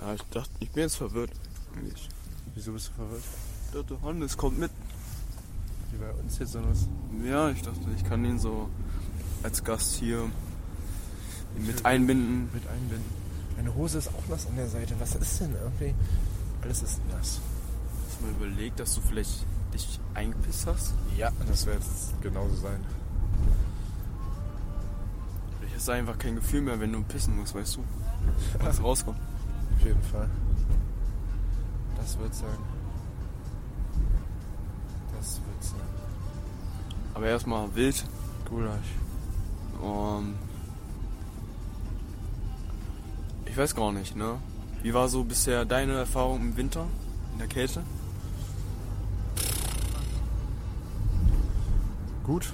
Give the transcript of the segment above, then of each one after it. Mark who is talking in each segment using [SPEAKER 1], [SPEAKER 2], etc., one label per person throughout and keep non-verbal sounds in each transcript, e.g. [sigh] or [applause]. [SPEAKER 1] Ja, ich dachte, ich bin jetzt verwirrt. Ich
[SPEAKER 2] Wieso bist du verwirrt?
[SPEAKER 1] dachte, Hannes kommt mit.
[SPEAKER 2] Wie bei uns jetzt oder was?
[SPEAKER 1] Ja, ich dachte, ich kann ihn so als Gast hier mit einbinden.
[SPEAKER 2] Mit einbinden. Meine Hose ist auch nass an der Seite. Was ist denn irgendwie? Alles ist nass.
[SPEAKER 1] Hast du mal überlegt, dass du vielleicht dich eingepisst hast?
[SPEAKER 2] Ja, das wird jetzt genauso sein.
[SPEAKER 1] Vielleicht hast du einfach kein Gefühl mehr, wenn du pissen musst, weißt du? Was rauskommt.
[SPEAKER 2] Auf jeden Fall. Das wird sein. Das wird sein.
[SPEAKER 1] Aber erstmal wild.
[SPEAKER 2] Gulasch.
[SPEAKER 1] Ähm, ich weiß gar nicht, ne? Wie war so bisher deine Erfahrung im Winter, in der Kälte?
[SPEAKER 2] Gut.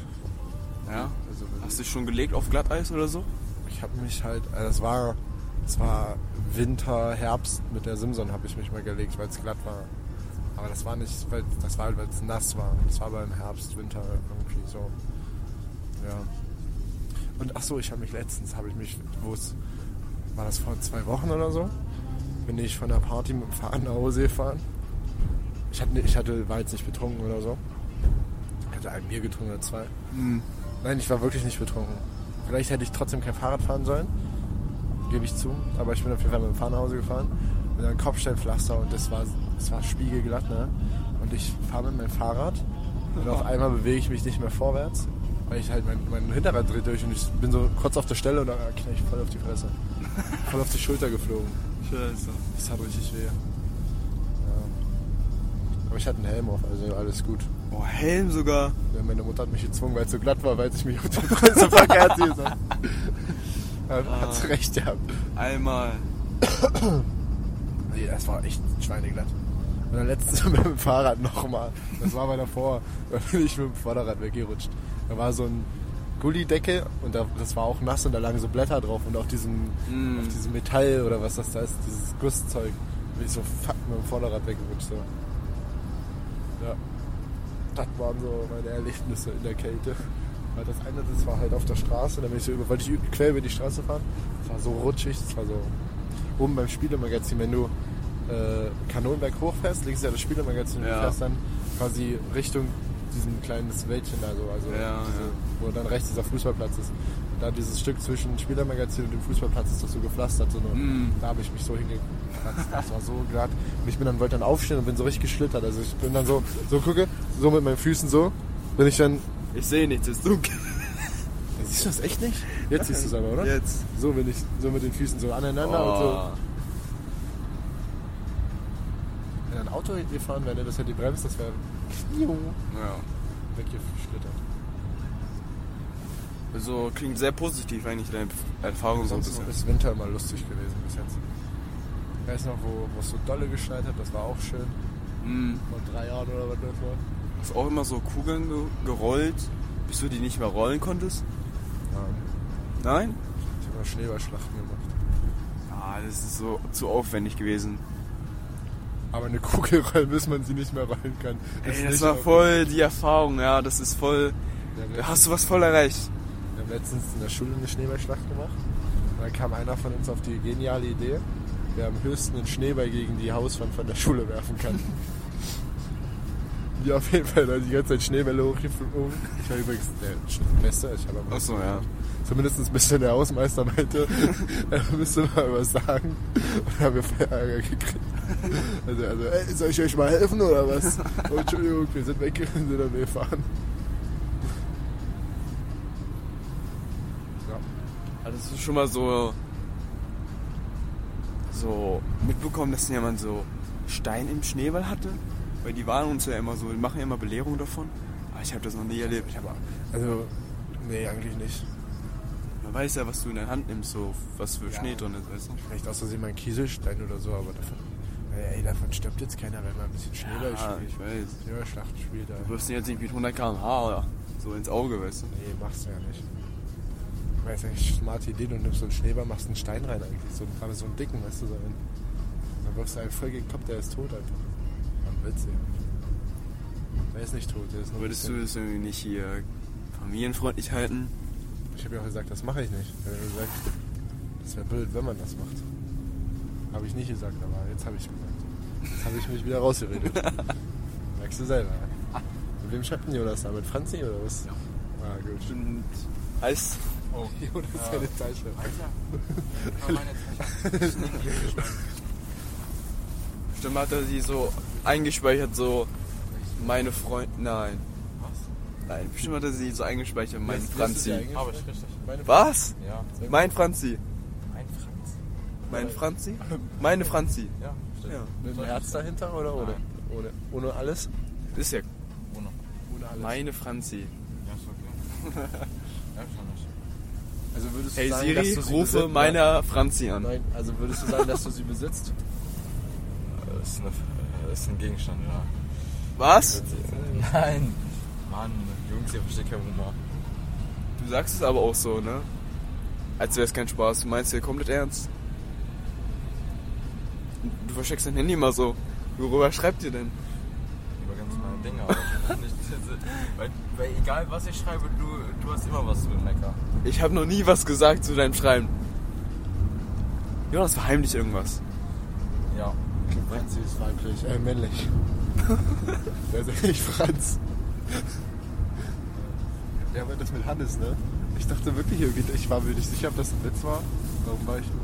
[SPEAKER 1] Ja.
[SPEAKER 2] Also
[SPEAKER 1] Hast du dich schon gelegt auf Glatteis oder so?
[SPEAKER 2] ich habe mich halt, also es war, es war Winter, Herbst mit der Simson habe ich mich mal gelegt, weil es glatt war. Aber das war nicht, weil das war, weil es nass war. Das war aber im Herbst, Winter irgendwie so. Ja. Und ach so, ich habe mich letztens, habe ich mich, wo es, war das vor zwei Wochen oder so, bin ich von der Party mit dem Fahrrad nach Hause gefahren. Ich hatte, ich hatte, war jetzt nicht betrunken oder so. Ich hatte ein Bier getrunken oder zwei.
[SPEAKER 1] Hm.
[SPEAKER 2] Nein, ich war wirklich nicht betrunken. Vielleicht hätte ich trotzdem kein Fahrrad fahren sollen. Gebe ich zu. Aber ich bin auf jeden Fall mit dem Fahrrad nach Hause gefahren. Mit einem Kopfsteinpflaster und das war, das war spiegelglatt, ne? Und ich fahre mit meinem Fahrrad und auf einmal bewege ich mich nicht mehr vorwärts, weil ich halt mein, mein Hinterrad dreht durch und ich bin so kurz auf der Stelle und dann knall ich voll auf die Fresse. voll auf die Schulter geflogen.
[SPEAKER 1] Scheiße.
[SPEAKER 2] Das hat richtig weh. Ja. Aber ich hatte einen Helm auf, also alles gut.
[SPEAKER 1] Oh, Helm sogar.
[SPEAKER 2] Ja, meine Mutter hat mich gezwungen, weil es so glatt war, weil ich mich auf die Fresse [laughs] verkehrt hielt. Hat, hat sie recht gehabt.
[SPEAKER 1] Einmal.
[SPEAKER 2] Nee, das war echt schweineglatt. Und dann letztens [laughs] mit dem Fahrrad nochmal. Das war mal davor. [laughs] Da bin ich mit dem Vorderrad weggerutscht. Da war so ein Gullideckel und da, das war auch nass und da lagen so Blätter drauf und auf diesem,
[SPEAKER 1] Mm.
[SPEAKER 2] auf diesem Metall oder was das da ist, dieses Gusszeug. Bin ich so fuck mit dem Vorderrad weggerutscht. So. Ja. Das waren so meine Erlebnisse in der Kälte. Weil das eine, das war halt auf der Straße, da bin ich so über, wollte ich quer über die Straße fahren. Das war so rutschig, das war so oben beim Spielemagazin, wenn du äh, Kanonenberg hochfährst, links ist ja das Spielemagazin, und du
[SPEAKER 1] Ja.
[SPEAKER 2] fährst dann quasi Richtung diesem kleinen Wäldchen da so, also
[SPEAKER 1] Ja,
[SPEAKER 2] diese,
[SPEAKER 1] ja.
[SPEAKER 2] wo dann rechts dieser Fußballplatz ist. Und da dieses Stück zwischen Spielermagazin und dem Fußballplatz ist das so gepflastert. So eine,
[SPEAKER 1] Mm.
[SPEAKER 2] Da habe ich mich so hingekratzt. Das war so glatt. Und ich bin dann, wollte dann aufstehen und bin so richtig geschlittert. Also ich bin dann so, so gucke, so mit meinen Füßen so, bin ich dann.
[SPEAKER 1] Ich sehe nichts, ist dunkel.
[SPEAKER 2] Siehst du das echt nicht? Jetzt siehst du es aber, oder?
[SPEAKER 1] Jetzt.
[SPEAKER 2] So bin ich so mit den Füßen so aneinander und so.
[SPEAKER 1] Oh.
[SPEAKER 2] Wenn ein Auto gefahren wäre, ne, das hätte die Bremse, das wäre
[SPEAKER 1] Ja.
[SPEAKER 2] weggeschlittert.
[SPEAKER 1] Also klingt sehr positiv eigentlich deine Erfahrung so ein
[SPEAKER 2] Sonst
[SPEAKER 1] bisschen.
[SPEAKER 2] ist Winter immer lustig gewesen bis jetzt. Ich weiß noch, wo wo es so dolle geschneit hat, das war auch schön.
[SPEAKER 1] Mm.
[SPEAKER 2] Vor drei Jahren oder was das war.
[SPEAKER 1] Hast auch immer so Kugeln ge gerollt, bis du die nicht mehr rollen konntest?
[SPEAKER 2] Ja.
[SPEAKER 1] Nein?
[SPEAKER 2] Ich habe mal Schneeballschlachten gemacht.
[SPEAKER 1] Ah, das ist so zu aufwendig gewesen.
[SPEAKER 2] Aber eine Kugel rollen, bis man sie nicht mehr rollen kann.
[SPEAKER 1] Ey,
[SPEAKER 2] ist
[SPEAKER 1] das
[SPEAKER 2] nicht
[SPEAKER 1] war
[SPEAKER 2] auf-
[SPEAKER 1] voll die Erfahrung, ja, das ist voll.
[SPEAKER 2] Wir haben
[SPEAKER 1] Da
[SPEAKER 2] letztens-
[SPEAKER 1] hast du was voll erreicht.
[SPEAKER 2] wir haben letztens in der Schule eine Schneeballschlacht gemacht. Und dann kam einer von uns auf die geniale Idee, wer am höchsten einen Schneeball gegen die Hauswand von der Schule werfen kann. [laughs] Ja, auf jeden Fall, da die ganze Zeit Schneebälle hochgeflogen. Ich war übrigens der Meister, ich habe aber
[SPEAKER 1] Achso, ja.
[SPEAKER 2] Zumindest bisschen der
[SPEAKER 1] [laughs]
[SPEAKER 2] Hausmeister meinte, er müsste mal was sagen. Und haben wir voll Ärger gekriegt. Also, also ey, soll ich euch mal helfen
[SPEAKER 1] [laughs]
[SPEAKER 2] oder was? Oh, Entschuldigung, wir sind weggerannt, sind dann gefahren. Ja.
[SPEAKER 1] Hattest du Also schon mal so. so mitbekommen, dass jemand so Stein im Schneeball hatte? Weil die warnen uns ja immer so, die machen ja immer Belehrung davon. Aber ich habe das noch nie erlebt.
[SPEAKER 2] Ich hab, also, nee, eigentlich nicht.
[SPEAKER 1] Man weiß ja, was du in der Hand nimmst, so was für
[SPEAKER 2] Ja.
[SPEAKER 1] Schnee drin ist, weißt du?
[SPEAKER 2] Vielleicht aus Versehen mal ein Kieselstein oder so, aber davon, ey, davon stirbt jetzt keiner, wenn man ein bisschen Schneeball
[SPEAKER 1] Ja,
[SPEAKER 2] spielt.
[SPEAKER 1] ich weiß.
[SPEAKER 2] Schneeballschlachten spielt.
[SPEAKER 1] Du
[SPEAKER 2] Ey.
[SPEAKER 1] wirfst ihn jetzt nicht mit 100 km/h oder so ins Auge, weißt du?
[SPEAKER 2] Nee, machst du ja nicht. Weil es ist eigentlich eine smarte Idee, du nimmst so einen Schneeball, machst einen Stein rein eigentlich, so, aber so einen dicken, weißt du, so einen. Dann wirfst du einen voll gegen den Kopf, der ist tot einfach. Man will's sehen. Der ist nicht tot, der ist nur ein
[SPEAKER 1] Würdest du
[SPEAKER 2] bisschen-
[SPEAKER 1] das irgendwie nicht hier familienfreundlich halten?
[SPEAKER 2] Ich habe ja auch gesagt, das mache ich nicht. Ich habe ja gesagt, das wäre blöd, wenn man das macht. Habe ich nicht gesagt, aber jetzt habe ich gesagt. Jetzt habe ich mich
[SPEAKER 1] [laughs]
[SPEAKER 2] wieder rausgeredet. Merkst du selber. ne? Mit wem schreibt denn Jonas da? Mit Franzi oder was? Ja. Ah, gut.
[SPEAKER 1] Stimmt. Eis.
[SPEAKER 2] Oh, Jonas ist ja eine Zeichen.
[SPEAKER 1] Stimmt, hat er sie so eingespeichert, so meine Freund. Nein. Nein, bestimmt hat er sie so eingespeichert, mein Franzi.
[SPEAKER 3] Aber ist richtig.
[SPEAKER 1] Was?
[SPEAKER 3] Ja.
[SPEAKER 1] Mein Franzi.
[SPEAKER 3] Ein Franz.
[SPEAKER 1] Mein Franzi? Meine Franzi.
[SPEAKER 3] Ja, stimmt.
[SPEAKER 1] Ja.
[SPEAKER 2] Mit dem Herz dahinter oder ohne?
[SPEAKER 3] Nein.
[SPEAKER 2] Ohne, ohne alles?
[SPEAKER 1] Ist ja
[SPEAKER 3] Ohne.
[SPEAKER 2] Ohne alles.
[SPEAKER 1] meine Franzi.
[SPEAKER 3] Ja, ist okay. ja, ich noch nicht.
[SPEAKER 2] Also würdest du
[SPEAKER 1] Hey
[SPEAKER 2] sagen, dass
[SPEAKER 1] Siri,
[SPEAKER 2] du sie
[SPEAKER 1] rufe
[SPEAKER 2] besitzt?
[SPEAKER 1] meiner Franzi an.
[SPEAKER 2] Nein, also würdest du sagen, dass du sie [laughs] besitzt?
[SPEAKER 3] Äh, Ist, eine, äh, ist ein Gegenstand, ja.
[SPEAKER 1] Was?
[SPEAKER 3] Nein. Mann, Jungs, ihr versteht keinen Humor.
[SPEAKER 1] Du sagst es aber auch so, ne? Als wäre es kein Spaß. Du meinst ja komplett ernst. Du versteckst dein Handy mal so. Worüber schreibt ihr denn?
[SPEAKER 3] Über ganz normale Dinge, [laughs] aber nicht diese, weil, weil egal was ich schreibe, du, du hast immer was drin, lecker.
[SPEAKER 1] Ich habe noch nie was gesagt zu deinem Schreiben. Jonas verheimlicht irgendwas.
[SPEAKER 3] Ja.
[SPEAKER 2] Franzi ist weiblich, äh, [laughs] männlich. Wer ist eigentlich Franz? Ja, aber das mit Hannes, ne? Ich dachte wirklich irgendwie, ich war mir nicht sicher, ob das ein Witz war. Warum war ich nur...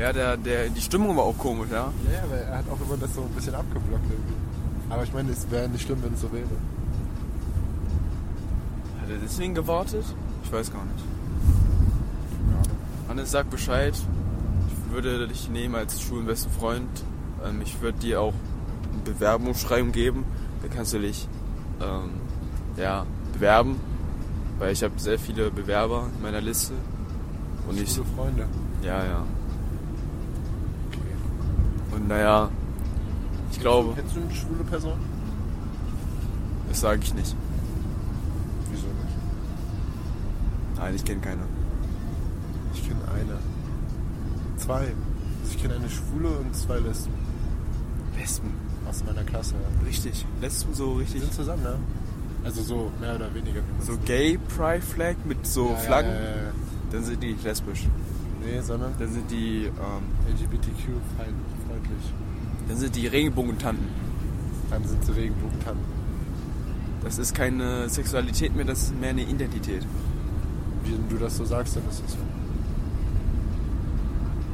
[SPEAKER 1] Ja, der, der, die Stimmung war auch komisch, ja?
[SPEAKER 2] Ja, ja, weil er hat auch immer das so ein bisschen abgeblockt irgendwie. Aber ich meine, es wäre nicht schlimm, wenn es so wäre.
[SPEAKER 1] Hat er deswegen gewartet? Ich weiß gar nicht. Hannes, sag Bescheid. Ich würde dich nehmen als schulbesten Freund. Ähm, ich würde dir auch ein Bewerbungsschreiben geben. Da kannst du dich ähm, ja, bewerben. Weil ich habe sehr viele Bewerber in meiner Liste. Und ich.
[SPEAKER 2] Gute Freunde.
[SPEAKER 1] Ja, ja. Und naja, ich glaube,
[SPEAKER 2] Kennst du eine schwule Person?
[SPEAKER 1] das sage ich nicht.
[SPEAKER 2] Wieso nicht?
[SPEAKER 1] Nein, ich kenne keine.
[SPEAKER 2] Ich kenne eine. Zwei. Also ich kenne eine Schwule und zwei Lesben
[SPEAKER 1] Lesben.
[SPEAKER 2] aus meiner Klasse. Ja.
[SPEAKER 1] Richtig. Lesben so
[SPEAKER 2] Die
[SPEAKER 1] richtig.
[SPEAKER 2] sind zusammen, ne? Also so, mehr oder weniger.
[SPEAKER 1] So Gay Pride Flag mit so
[SPEAKER 2] Ja,
[SPEAKER 1] Flaggen.
[SPEAKER 2] Ja, ja, ja.
[SPEAKER 1] Dann sind die nicht lesbisch.
[SPEAKER 2] Nee, sondern
[SPEAKER 1] Dann sind die, ähm,
[SPEAKER 2] LGBTQ-freundlich.
[SPEAKER 1] dann sind die Regenbogentanten.
[SPEAKER 2] Dann sind sie Regenbogentanten.
[SPEAKER 1] Das ist keine Sexualität mehr, das ist mehr eine Identität.
[SPEAKER 2] Wie du das so sagst, dann ist das so.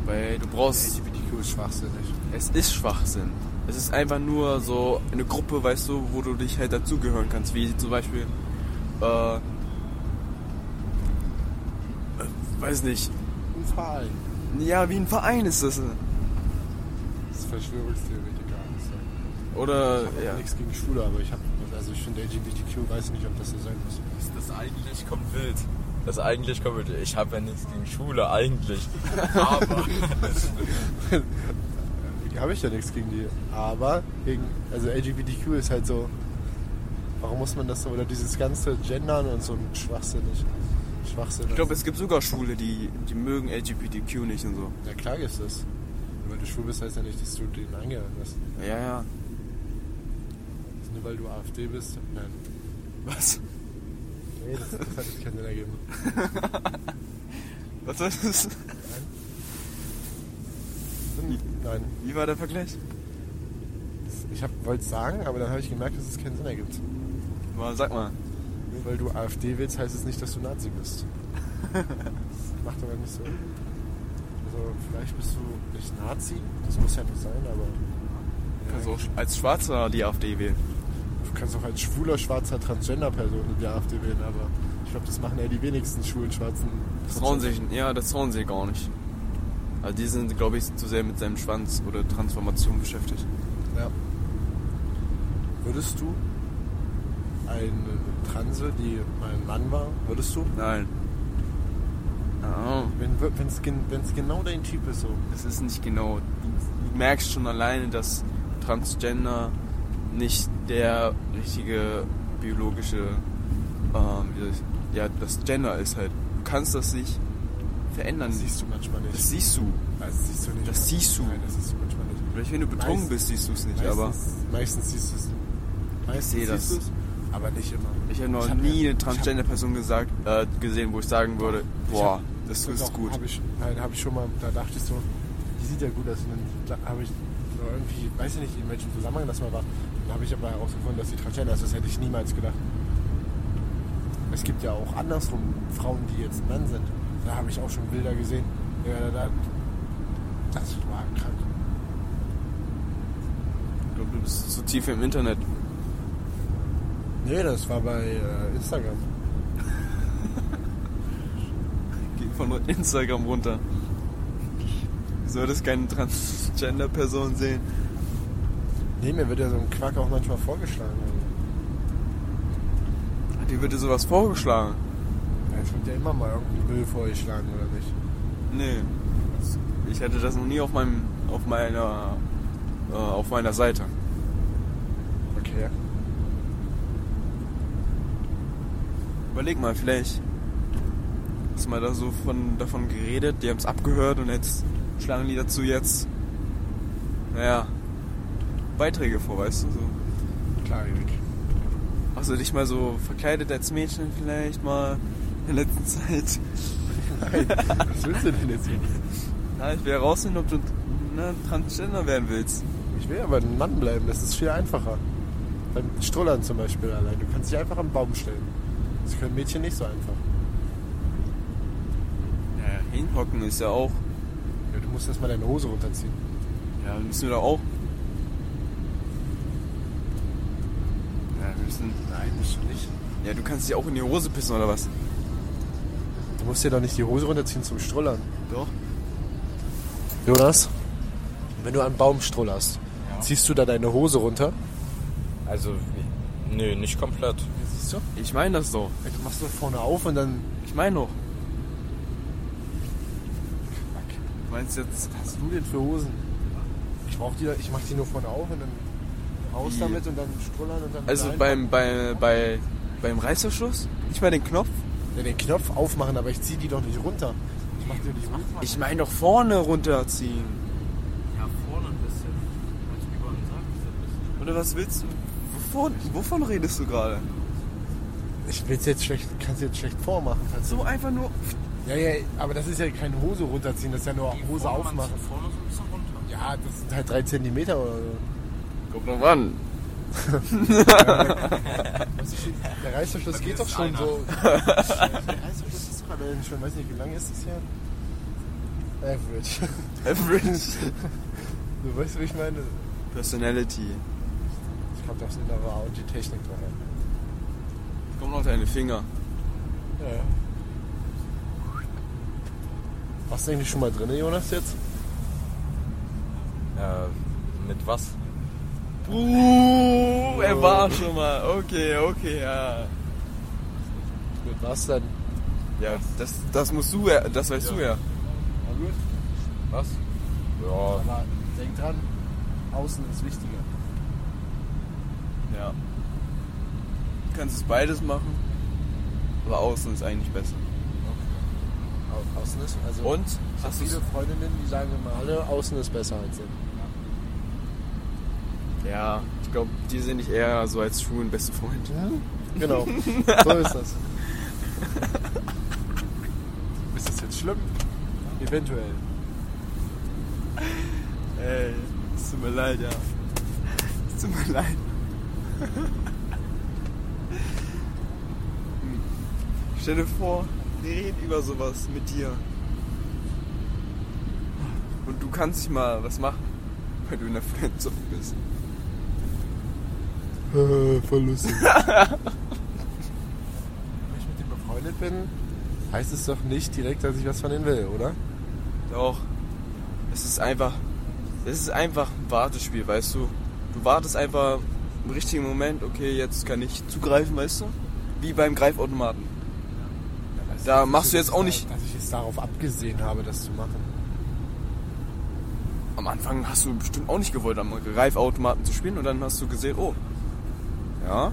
[SPEAKER 1] Weil du brauchst,
[SPEAKER 2] LGBTQ ist schwachsinnig.
[SPEAKER 1] es ist Schwachsinn. Es ist einfach nur so eine Gruppe, weißt du, wo du dich halt dazugehören kannst. Wie zum Beispiel, äh, äh, weiß nicht.
[SPEAKER 2] Ein Verein.
[SPEAKER 1] Ja, wie ein Verein ist das.
[SPEAKER 2] Das ist Verschwörungstheoretiker. alles, ja.
[SPEAKER 1] Oder,
[SPEAKER 2] Ich habe
[SPEAKER 1] ja.
[SPEAKER 2] nichts gegen Schwule, aber ich habe, also ich finde LGBTQ, weiß nicht, ob das so sein muss.
[SPEAKER 3] Ist das eigentlich kommt wild? Das eigentlich kommt wild. Ich habe ja nichts gegen Schule, eigentlich. Aber.
[SPEAKER 2] habe Äh, ich ja nichts gegen die. Aber gegen, also LGBTQ ist halt so, warum muss man das so, oder dieses ganze Gendern und so ein schwachsinnig. Schwachsinn.
[SPEAKER 1] Ich glaube, es gibt sogar Schwule, die, die mögen LGBTQ nicht und so.
[SPEAKER 2] Ja, klar ist das. Nur weil du schwul bist, heißt ja nicht, dass du denen angehören wirst. Also
[SPEAKER 1] Ja, ja.
[SPEAKER 2] Nur weil du AfD bist. Nein.
[SPEAKER 1] Was? [laughs]
[SPEAKER 2] Nee, das, das hat jetzt keinen Sinn ergeben.
[SPEAKER 1] Was soll das?
[SPEAKER 2] Nein.
[SPEAKER 1] Wie war der Vergleich?
[SPEAKER 2] Ich wollte es sagen, aber dann habe ich gemerkt, dass es keinen Sinn ergibt.
[SPEAKER 1] Mal, sag [laughs] mal.
[SPEAKER 2] Nur weil du AfD willst, heißt es nicht, dass du Nazi bist. Macht aber nicht so. Also vielleicht bist du nicht Nazi, das muss ja nicht sein, aber
[SPEAKER 1] Du kannst auch Also, als Schwarzer die AfD wählen.
[SPEAKER 2] du kannst auch als schwuler, schwarzer Transgender-Person in die AfD wählen, aber ich glaube, das machen ja die wenigsten schwulen, schwarzen.
[SPEAKER 1] Das trauen sich, ja, das trauen sie gar nicht. Also die sind, glaube ich, zu sehr mit seinem Schwanz oder Transformation beschäftigt.
[SPEAKER 2] Ja. Würdest du eine Transe, die mal ein Mann war, würdest du?
[SPEAKER 1] Nein. Oh,
[SPEAKER 2] Wenn es genau dein Typ ist, so.
[SPEAKER 1] das ist nicht genau. Du, du merkst schon alleine, dass Transgender nicht der richtige biologische, ähm, wie soll ich, ja, das Gender ist halt. Du kannst das nicht verändern.
[SPEAKER 2] Das siehst du manchmal nicht.
[SPEAKER 1] Das siehst du.
[SPEAKER 2] Also, das siehst du nicht.
[SPEAKER 1] Das siehst du.
[SPEAKER 2] Nein, das siehst du manchmal nicht.
[SPEAKER 1] Vielleicht wenn du betrunken
[SPEAKER 2] Meist-
[SPEAKER 1] bist, siehst du es nicht,
[SPEAKER 2] meistens,
[SPEAKER 1] aber
[SPEAKER 2] Meistens siehst du es. Meistens
[SPEAKER 1] seh das.
[SPEAKER 2] siehst du es, aber nicht immer.
[SPEAKER 1] ich habe noch
[SPEAKER 2] Ich hab
[SPEAKER 1] nie
[SPEAKER 2] mir-
[SPEAKER 1] eine Transgender-Person gesagt, äh, gesehen, wo ich sagen würde,
[SPEAKER 2] Ich
[SPEAKER 1] boah,
[SPEAKER 2] hab-
[SPEAKER 1] das
[SPEAKER 2] ich hab
[SPEAKER 1] ist
[SPEAKER 2] auch-
[SPEAKER 1] gut.
[SPEAKER 2] Hab ich, nein, habe ich schon mal, da dachte ich so, die sieht ja gut aus. Und dann habe ich aber irgendwie, weiß ich nicht, in welchem Zusammenhang das mal war. Dann habe ich aber herausgefunden, dass sie transgender ist. Das hätte ich niemals gedacht. Es gibt ja auch andersrum Frauen, die jetzt ein Mann sind. Da habe ich auch schon Bilder gesehen. Ja, da, das war krank.
[SPEAKER 1] Ich glaube, du bist zu tief im Internet.
[SPEAKER 2] Nee, das war bei äh, Instagram.
[SPEAKER 1] Geh von Instagram runter. Du solltest keine Transgender-Person sehen.
[SPEAKER 2] Nee, mir wird ja so ein Quack auch manchmal vorgeschlagen.
[SPEAKER 1] Dir wird dir sowas vorgeschlagen.
[SPEAKER 2] Ja, Es wird ja immer mal irgendwie Müll vorgeschlagen, oder nicht?
[SPEAKER 1] Nee. Ich hätte das noch nie auf meinem auf meiner äh, auf meiner Seite.
[SPEAKER 2] Okay.
[SPEAKER 1] Überleg mal, vielleicht ist mal da so von, davon geredet, die haben es abgehört und jetzt schlagen die dazu jetzt, naja, Beiträge vor, weißt du, so.
[SPEAKER 2] Klar, Erik.
[SPEAKER 1] Hast du dich mal so verkleidet als Mädchen vielleicht mal in der letzten [laughs] Zeit?
[SPEAKER 2] Nein, [laughs] was willst du denn jetzt? hier?
[SPEAKER 1] Na, ich will herausfinden, ob du ne, Transgender werden willst.
[SPEAKER 2] Ich will aber ein Mann bleiben, das ist viel einfacher. Beim Strollern zum Beispiel allein. Du kannst dich einfach am Baum stellen. Das können Mädchen nicht so einfach.
[SPEAKER 1] Ja, hinhocken ist ja auch.
[SPEAKER 2] Ja, du musst erstmal deine Hose runterziehen.
[SPEAKER 1] Ja, müssen wir da auch. Ja, wir müssen.
[SPEAKER 2] Nein, musst du nicht.
[SPEAKER 1] Ja, du kannst dich auch in die Hose pissen oder was?
[SPEAKER 2] Du musst dir doch nicht die Hose runterziehen zum Strollern.
[SPEAKER 1] Doch.
[SPEAKER 2] Jonas, wenn du am Baum strollerst, ziehst du da deine Hose runter?
[SPEAKER 3] Also, nö, nicht komplett.
[SPEAKER 2] Siehst du?
[SPEAKER 1] Ich meine das doch.
[SPEAKER 2] Du machst nur vorne auf und dann
[SPEAKER 1] Ich meine doch. Meinst du jetzt.
[SPEAKER 2] hast du denn für Hosen? Ich brauch die, da- ich mach die nur vorne auf und dann raus
[SPEAKER 1] Die-
[SPEAKER 2] damit und dann strollern und dann.
[SPEAKER 1] Also
[SPEAKER 2] wieder
[SPEAKER 1] beim, bei, bei, beim Reißverschluss? Nicht mal den Knopf?
[SPEAKER 2] einpacken. Ja, den Knopf aufmachen, aber ich zieh die doch nicht runter. Ich mach dir die runter.
[SPEAKER 1] Ich meine doch vorne runterziehen.
[SPEAKER 3] Ja, vorne ein bisschen. Also über den Sack ein bisschen.
[SPEAKER 1] Oder was willst du? Wovon, wovon redest du gerade?
[SPEAKER 2] Ich will's jetzt schlecht, kann's jetzt schlecht vormachen.
[SPEAKER 1] So einfach nur.
[SPEAKER 2] Ja, ja, aber das ist ja keine Hose runterziehen, das ist ja nur
[SPEAKER 3] Die
[SPEAKER 2] Hose
[SPEAKER 3] Vordermann
[SPEAKER 2] aufmachen.
[SPEAKER 3] zieht Vorne so ein bisschen runter.
[SPEAKER 2] Ja, das sind halt drei Zentimeter oder so.
[SPEAKER 1] Kommt doch
[SPEAKER 2] [laughs]
[SPEAKER 1] an.
[SPEAKER 2] Der Reißverschluss
[SPEAKER 3] Bei mir
[SPEAKER 2] geht doch
[SPEAKER 3] ist
[SPEAKER 2] schon
[SPEAKER 3] einer.
[SPEAKER 2] so. Der Reißverschluss ist doch allein schon, weiß nicht, wie lang ist das her? Average.
[SPEAKER 1] Average.
[SPEAKER 2] Du weißt, wie ich meine?
[SPEAKER 1] [laughs] Personality.
[SPEAKER 2] Das kommt aufs Innere und die Technik drauf an.
[SPEAKER 1] Kommt noch deine Finger.
[SPEAKER 2] Ja. Warst du eigentlich schon mal drin, Jonas, jetzt?
[SPEAKER 3] Äh, mit was?
[SPEAKER 1] Uh, er war schon mal. Okay, okay, ja.
[SPEAKER 2] Mit was denn?
[SPEAKER 1] Ja, das, das musst du ja, das weißt
[SPEAKER 3] Ja.
[SPEAKER 1] du ja.
[SPEAKER 2] Na gut.
[SPEAKER 3] Was? Ja.
[SPEAKER 2] Aber denk dran, außen ist wichtiger.
[SPEAKER 1] Ja. Du kannst es beides machen, aber außen ist eigentlich besser.
[SPEAKER 2] Au außen ist, also
[SPEAKER 1] Und?
[SPEAKER 2] Ich hab
[SPEAKER 1] Hast du's-
[SPEAKER 2] viele Freundinnen, die sagen immer alle, außen ist besser als innen.
[SPEAKER 1] Ja, ich glaube, die sehen dich eher so als schwulen beste Freund.
[SPEAKER 2] [laughs] Genau, so ist das. Ist das jetzt schlimm? Eventuell.
[SPEAKER 1] Ey, es tut mir leid, ja. Es tut mir leid. [laughs] Hm. Stell dir vor, wir reden über sowas mit dir. Und du kannst nicht mal was machen, weil du in der Friendzone bist.
[SPEAKER 2] [laughs] Voll lustig. Wenn ich mit dem befreundet bin, heißt es doch nicht direkt, dass ich was von denen will, oder?
[SPEAKER 1] Doch. Es ist einfach. Es ist einfach ein Wartespiel, weißt du? Du wartest einfach im richtigen Moment, okay, jetzt kann ich zugreifen, weißt du? Wie beim Greifautomaten. Da machst du jetzt auch nicht.
[SPEAKER 2] Also, Dass ich es darauf abgesehen habe, das zu machen.
[SPEAKER 1] Am Anfang hast du bestimmt auch nicht gewollt, am Greifautomaten zu spielen und dann hast du gesehen, oh. Ja,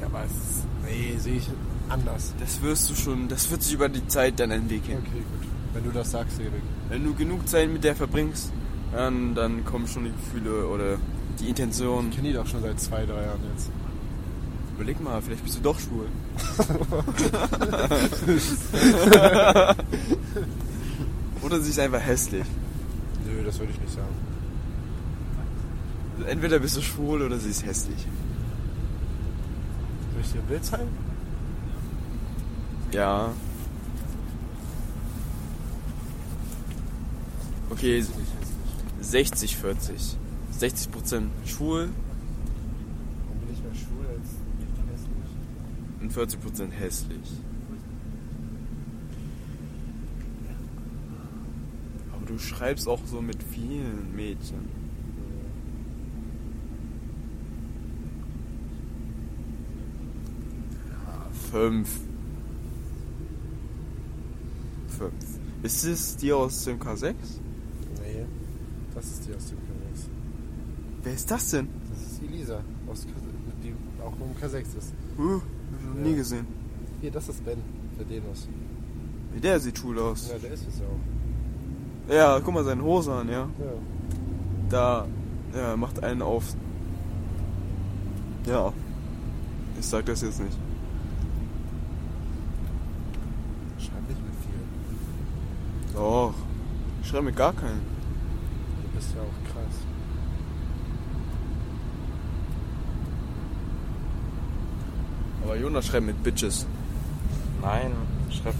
[SPEAKER 2] Ja, aber es ist, Nee, sehe ich anders.
[SPEAKER 1] das wirst du schon, das wird sich über die Zeit dann entwickeln.
[SPEAKER 2] gut. Wenn du das sagst, Erik.
[SPEAKER 1] Wenn du genug Zeit mit der verbringst, dann, dann kommen schon die Gefühle oder die Intention.
[SPEAKER 2] Ich kenne die doch schon seit zwei, drei Jahren jetzt.
[SPEAKER 1] Überleg mal, vielleicht bist du doch schwul. [laughs] Oder sie ist einfach hässlich.
[SPEAKER 2] Nö, Nee, das würde ich nicht sagen.
[SPEAKER 1] Entweder bist du schwul oder sie ist hässlich.
[SPEAKER 2] Soll ich dir ein Bild zeigen?
[SPEAKER 1] Ja. Okay, 60, 40. 60 Prozent schwul
[SPEAKER 2] Dann bin ich mehr schwul als hässlich.
[SPEAKER 1] und 40 Prozent hässlich. Aber du schreibst auch so mit vielen Mädchen. Ja, Fünf. Fünf. Ist es die aus dem K6?
[SPEAKER 2] Nee, das ist die aus dem K6.
[SPEAKER 1] Wer ist das denn?
[SPEAKER 2] Das ist Elisa, aus K die auch im K6 ist.
[SPEAKER 1] Huh, hab ich noch nie
[SPEAKER 2] Ja.
[SPEAKER 1] gesehen.
[SPEAKER 2] Hier, das ist Ben, der Denos.
[SPEAKER 1] Der sieht cool aus.
[SPEAKER 2] Ja, der ist es ja auch.
[SPEAKER 1] Ja, guck mal seine Hose an, ja.
[SPEAKER 2] Ja.
[SPEAKER 1] Da ja, macht einen auf. Ja. Ich sag das jetzt nicht.
[SPEAKER 2] Schreib nicht mit viel.
[SPEAKER 1] Doch. Ich schreibe mit gar keinen.
[SPEAKER 2] Du bist ja auch krass.
[SPEAKER 1] Aber Jonas schreibt mit Bitches.
[SPEAKER 3] Nein, [laughs] schreib.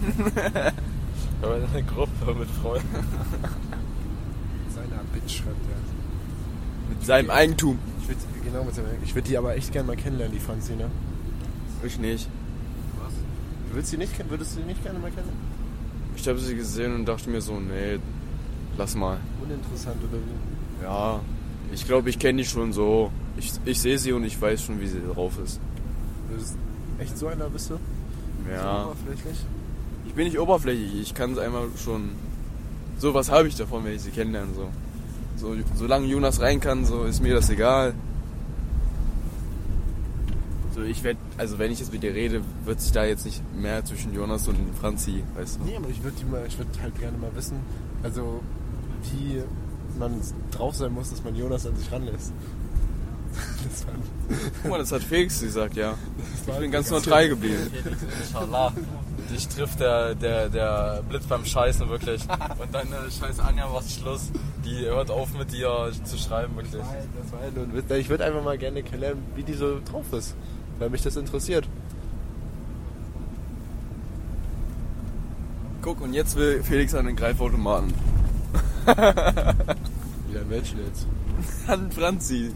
[SPEAKER 3] Aber in eine Gruppe mit Freunden.
[SPEAKER 2] Seiner Bitch schreibt er.
[SPEAKER 1] Mit seinem Eigentum.
[SPEAKER 2] Ich würde genau mit seinem, Ich würde die aber echt gerne mal kennenlernen, die ne? Franzine.
[SPEAKER 1] Ich nicht.
[SPEAKER 3] Was?
[SPEAKER 2] Du würdest sie nicht kennen, würdest du sie nicht gerne mal kennen?
[SPEAKER 1] Ich habe sie gesehen und dachte mir so, nee, lass mal.
[SPEAKER 2] Uninteressant oder wie?
[SPEAKER 1] Ja. Ich glaube, ich kenne die schon so. Ich, ich sehe sie und ich weiß schon, wie sie drauf ist.
[SPEAKER 2] Du bist echt so einer bist du? So
[SPEAKER 1] Ja.
[SPEAKER 2] oberflächlich?
[SPEAKER 1] Ich bin nicht oberflächlich, ich kann es einmal schon. So, was habe ich davon, wenn ich sie kennenlerne? So. So, solange Jonas rein kann, so ist mir das egal. So, ich werd, also wenn ich jetzt mit dir rede, wird sich da jetzt nicht mehr zwischen Jonas und Franzi, weißt du?
[SPEAKER 2] Nee, aber ich würde die mal, ich würde halt gerne mal wissen, also wie man drauf sein muss, dass man Jonas an sich ranlässt. [laughs] Das war,
[SPEAKER 1] Guck mal, das hat Felix gesagt, ja.
[SPEAKER 2] das
[SPEAKER 1] Ich
[SPEAKER 2] war halt
[SPEAKER 1] bin ganz neutral geblieben.
[SPEAKER 3] Felix, Inshallah. Dich trifft der, der, der Blitz beim Scheißen wirklich. Und deine scheiß Anja macht Schluss. Die hört auf mit dir zu schreiben, wirklich.
[SPEAKER 2] Das war ja nur ein Witz. Ich würde einfach mal gerne kennenlernen, wie die so drauf ist, weil mich das interessiert.
[SPEAKER 1] Guck, und jetzt will Felix an den Greifautomaten.
[SPEAKER 2] Wie ein Mensch jetzt.
[SPEAKER 1] An Franzi.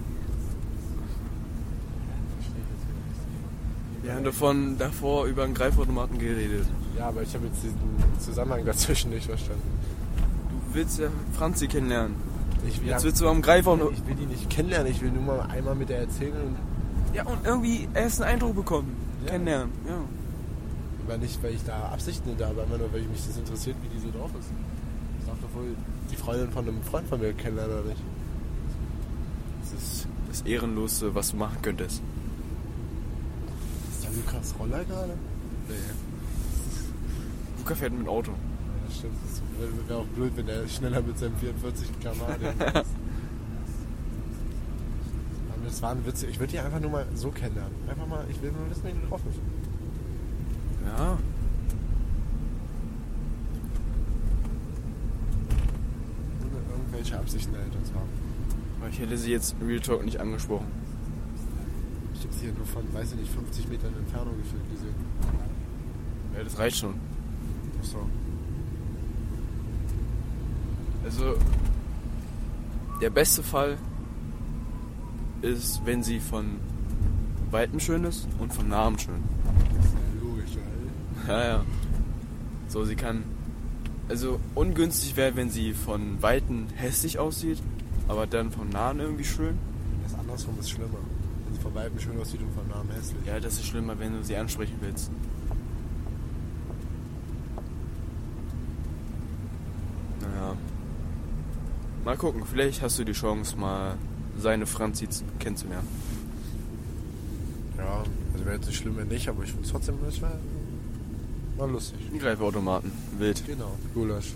[SPEAKER 1] Wir haben davon davor über einen Greifautomaten geredet.
[SPEAKER 2] Ja, aber ich habe jetzt diesen Zusammenhang dazwischen nicht verstanden.
[SPEAKER 1] Du willst ja Franzi kennenlernen.
[SPEAKER 2] Ich,
[SPEAKER 1] Jetzt willst du am Greifer
[SPEAKER 2] ich,
[SPEAKER 1] und,
[SPEAKER 2] will die nicht kennenlernen, ich will nur mal einmal mit der erzählen und
[SPEAKER 1] ja, und irgendwie erst einen Eindruck bekommen.
[SPEAKER 2] Ja.
[SPEAKER 1] Kennenlernen, ja.
[SPEAKER 2] Aber nicht, weil ich da Absichten hinter habe, einfach nur, weil ich mich das interessiert, wie die so drauf ist. Ich darf doch wohl die Freundin von einem Freund von mir kennenlernen, oder nicht?
[SPEAKER 1] Das ist das Ehrenlose, was du machen könntest.
[SPEAKER 2] Ist der Lukas Roller gerade?
[SPEAKER 1] Nee. Luca fährt mit dem Auto.
[SPEAKER 2] Ja, das stimmt. Das wäre wär auch blöd, wenn er schneller mit seinem 44
[SPEAKER 1] Ah,
[SPEAKER 2] [laughs] km/h
[SPEAKER 1] [laughs]
[SPEAKER 2] den- Aber das war ein Witz. Ich würde die einfach nur mal so kennenlernen. Einfach mal, ich will nur wissen, wie die drauf ist.
[SPEAKER 1] Ja.
[SPEAKER 2] Ohne irgendwelche Absichten dahinter zu haben.
[SPEAKER 1] Aber ich hätte sie jetzt im Real Talk nicht angesprochen.
[SPEAKER 2] Ich habe sie hier nur von, weiß ich nicht, 50 Metern Entfernung gefühlt gesehen.
[SPEAKER 1] Ja, das reicht schon.
[SPEAKER 2] Achso.
[SPEAKER 1] Also, der beste Fall ist, wenn sie von Weitem schön ist und vom Namen schön.
[SPEAKER 2] Das ist ja logisch,
[SPEAKER 1] [laughs]
[SPEAKER 2] oder?
[SPEAKER 1] Ja, ja. So, sie kann. Also ungünstig wäre, wenn sie von Weitem hässlich aussieht, aber dann von Nahen irgendwie schön.
[SPEAKER 2] Das andersrum ist schlimmer. Wenn sie von Weitem schön aussieht und von Namen hässlich.
[SPEAKER 1] Ja, das ist schlimmer, wenn du sie ansprechen willst. Naja. Mal gucken, vielleicht hast du die Chance, mal seine Franzi zu- kennenzulernen.
[SPEAKER 2] Ja, also wäre jetzt nicht schlimm, wenn nicht, aber ich finde es trotzdem das wär, war lustig.
[SPEAKER 1] Ein Greifautomaten. Wild.
[SPEAKER 2] Genau, Gulasch.